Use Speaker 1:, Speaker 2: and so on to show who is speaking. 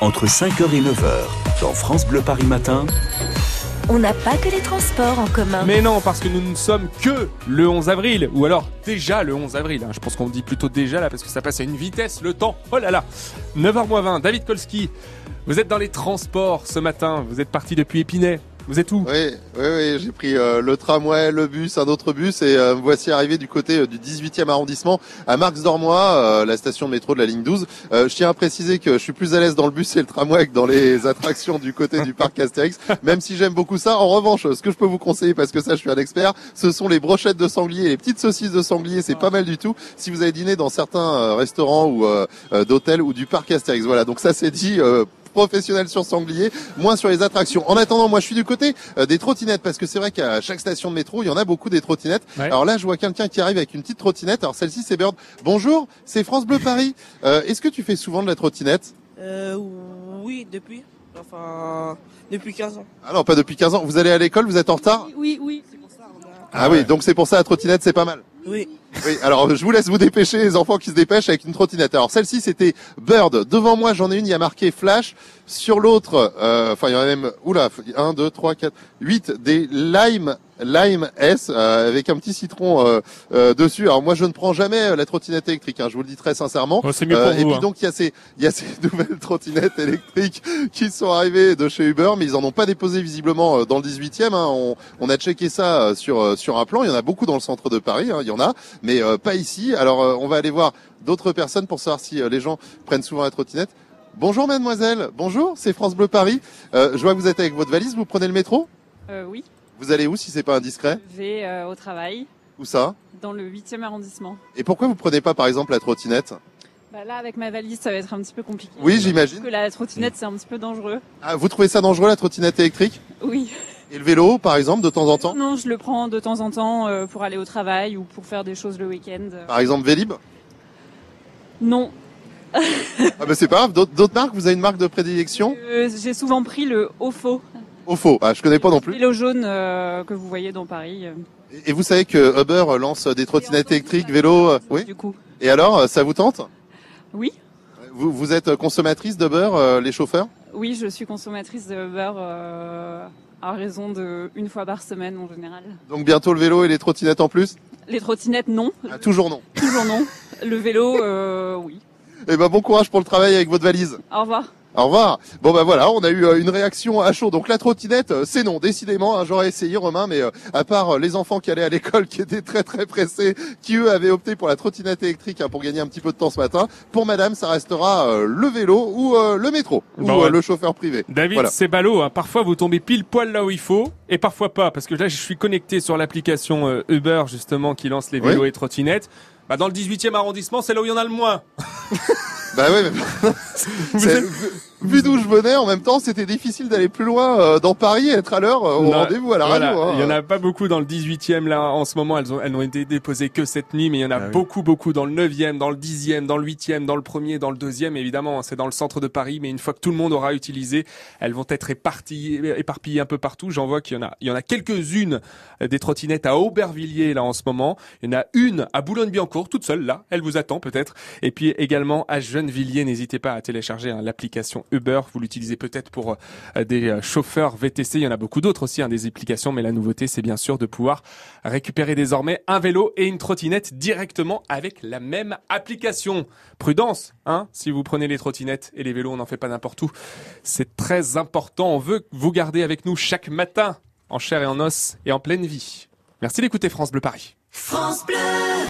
Speaker 1: entre 5h et 9h dans France Bleu Paris Matin.
Speaker 2: On n'a pas que les transports en commun.
Speaker 3: Mais non, parce que nous ne sommes que le 11 avril, ou alors déjà le 11 avril. hein. Je pense qu'on dit plutôt déjà là, parce que ça passe à une vitesse, le temps. Oh là là 9h20, David Kolski, vous êtes dans les transports ce matin, vous êtes parti depuis Épinay. Vous êtes où
Speaker 4: Oui, oui, oui, j'ai pris euh, le tramway, le bus, un autre bus et euh, me voici arrivé du côté euh, du 18e arrondissement à Marx-Dormois, euh, la station de métro de la ligne 12. Euh, je tiens à préciser que je suis plus à l'aise dans le bus et le tramway que dans les attractions du côté du parc Astérix, même si j'aime beaucoup ça. En revanche, ce que je peux vous conseiller, parce que ça je suis un expert, ce sont les brochettes de sanglier, les petites saucisses de sanglier, c'est pas mal du tout. Si vous avez dîné dans certains euh, restaurants ou euh, euh, d'hôtels ou du parc Astérix, voilà, donc ça c'est dit. euh, professionnel sur sanglier, moins sur les attractions. En attendant, moi je suis du côté euh, des trottinettes parce que c'est vrai qu'à chaque station de métro, il y en a beaucoup des trottinettes.
Speaker 3: Ouais.
Speaker 4: Alors là, je vois quelqu'un qui arrive avec une petite trottinette. Alors celle-ci, c'est Bird. Bonjour, c'est France Bleu Paris. Euh, Est-ce que tu fais souvent de la trottinette
Speaker 5: Euh, oui, depuis. Enfin, depuis 15 ans.
Speaker 4: Ah non, pas depuis 15 ans. Vous allez à l'école, vous êtes en retard
Speaker 5: Oui, oui. C'est pour ça, on a...
Speaker 4: Ah oui, donc c'est pour ça la trottinette, c'est pas mal.
Speaker 5: Oui.
Speaker 4: Oui, alors je vous laisse vous dépêcher, les enfants qui se dépêchent avec une trottinette. Alors celle-ci c'était Bird. Devant moi j'en ai une, il y a marqué Flash. Sur l'autre, euh, enfin il y en a même, oula, 1, 2, 3, 4, 8, des Lime, Lime S euh, avec un petit citron euh, euh, dessus. Alors moi je ne prends jamais euh, la trottinette électrique, hein, je vous le dis très sincèrement.
Speaker 3: Oh, C'est mieux pour
Speaker 4: Euh,
Speaker 3: vous.
Speaker 4: et puis
Speaker 3: hein.
Speaker 4: donc il y a ces il y a ces nouvelles trottinettes électriques qui sont arrivées de chez Uber, mais ils en ont pas déposé visiblement euh, dans le 18e. hein. On, on a checké ça euh, sur euh, sur un plan. Il y en a beaucoup dans le centre de Paris. hein, Il y en a, mais euh, pas ici. Alors euh, on va aller voir d'autres personnes pour savoir si euh, les gens prennent souvent la trottinette. Bonjour mademoiselle. Bonjour, c'est France Bleu Paris. Euh, je vois que vous êtes avec votre valise. Vous prenez le métro
Speaker 6: Euh, oui,
Speaker 4: Vous allez où si c'est pas indiscret
Speaker 6: je vais euh, au travail
Speaker 4: Où ça
Speaker 6: dans le 8e arrondissement.
Speaker 4: Et pourquoi vous prenez pas par exemple la trottinette
Speaker 6: Bah là, avec ma valise, ça va être un petit peu compliqué.
Speaker 4: Oui,
Speaker 6: Parce
Speaker 4: j'imagine.
Speaker 6: que la trottinette, c'est un petit peu dangereux.
Speaker 4: Ah, vous trouvez ça dangereux la trottinette électrique
Speaker 6: Oui.
Speaker 4: Et le vélo par exemple de temps en temps
Speaker 6: Non, je le prends de temps en temps euh, pour aller au travail ou pour faire des choses le week-end. Euh,
Speaker 4: Par exemple Vélib
Speaker 6: Non.
Speaker 4: Ah bah c'est pas grave, d'autres d'autres marques, vous avez une marque de prédilection
Speaker 6: Euh, J'ai souvent pris le haut faux.
Speaker 4: Au faux, ah, je connais pas non plus.
Speaker 6: Vélo jaune euh, que vous voyez dans Paris. euh.
Speaker 4: Et vous savez que Uber lance des trottinettes électriques, vélos, euh, oui
Speaker 6: Du coup.
Speaker 4: Et alors, euh, ça vous tente
Speaker 6: Oui.
Speaker 4: vous, vous êtes consommatrice d'Uber, euh, les chauffeurs
Speaker 6: Oui, je suis consommatrice de beurre euh, à raison de une fois par semaine en général.
Speaker 4: Donc bientôt le vélo et les trottinettes en plus
Speaker 6: Les trottinettes, non.
Speaker 4: Ah, Toujours non.
Speaker 6: Toujours non. Le vélo, euh, oui.
Speaker 4: Eh ben bon courage pour le travail avec votre valise.
Speaker 6: Au revoir.
Speaker 4: Au revoir. Bon bah voilà, on a eu euh, une réaction à chaud. Donc la trottinette, euh, c'est non, décidément. hein, J'aurais essayé Romain, mais euh, à part euh, les enfants qui allaient à l'école, qui étaient très très pressés, qui eux avaient opté pour la trottinette électrique hein, pour gagner un petit peu de temps ce matin. Pour Madame, ça restera euh, le vélo ou euh, le métro ou
Speaker 3: Bah ouais.
Speaker 4: euh, le chauffeur privé.
Speaker 3: David,
Speaker 4: Voilà.
Speaker 3: c'est ballot. Hein. Parfois, vous tombez pile poil là où il faut, et parfois pas, parce que là, je suis connecté sur l'application euh, Uber justement qui lance les
Speaker 4: Oui.
Speaker 3: vélos et trottinettes. Bah, dans le 18e arrondissement, c'est là où il y en a le moins.
Speaker 4: Bah ouais. mais-
Speaker 3: Vous
Speaker 4: C'est-
Speaker 3: êtes-
Speaker 4: vu- Vu d'où je venais, en même temps, c'était difficile d'aller plus loin euh, dans Paris et être à l'heure euh, au
Speaker 3: Non,
Speaker 4: rendez-vous à la
Speaker 3: Voilà,
Speaker 4: radio. hein.
Speaker 3: Il y en a pas beaucoup dans le 18e là en ce moment, elles ont elles n'ont été déposées que cette nuit mais il y en a beaucoup beaucoup dans le 9e, dans le 10e, dans le 8e, dans le 1er, dans le 2e évidemment, c'est dans le centre de Paris mais une fois que tout le monde aura utilisé, elles vont être éparpillées, éparpillées un peu partout. J'en vois qu'il y en a il y en a quelques-unes euh, des trottinettes à Aubervilliers là en ce moment, il y en a une à Boulogne-Billancourt toute seule là, elle vous attend peut-être et puis également à Gennevilliers, n'hésitez pas à télécharger hein, l'application Uber, vous l'utilisez peut-être pour euh, euh, des euh, chauffeurs VTC. Il y en a beaucoup d'autres aussi, hein, des applications, mais la nouveauté, c'est bien sûr de pouvoir récupérer désormais un vélo et une trottinette directement avec la même application. Prudence, hein, si vous prenez les trottinettes et les vélos, on n'en fait pas n'importe où. C'est très important, on veut vous garder avec nous chaque matin, en chair et en os et en pleine vie. Merci d'écouter France Bleu Paris.
Speaker 2: France Bleu.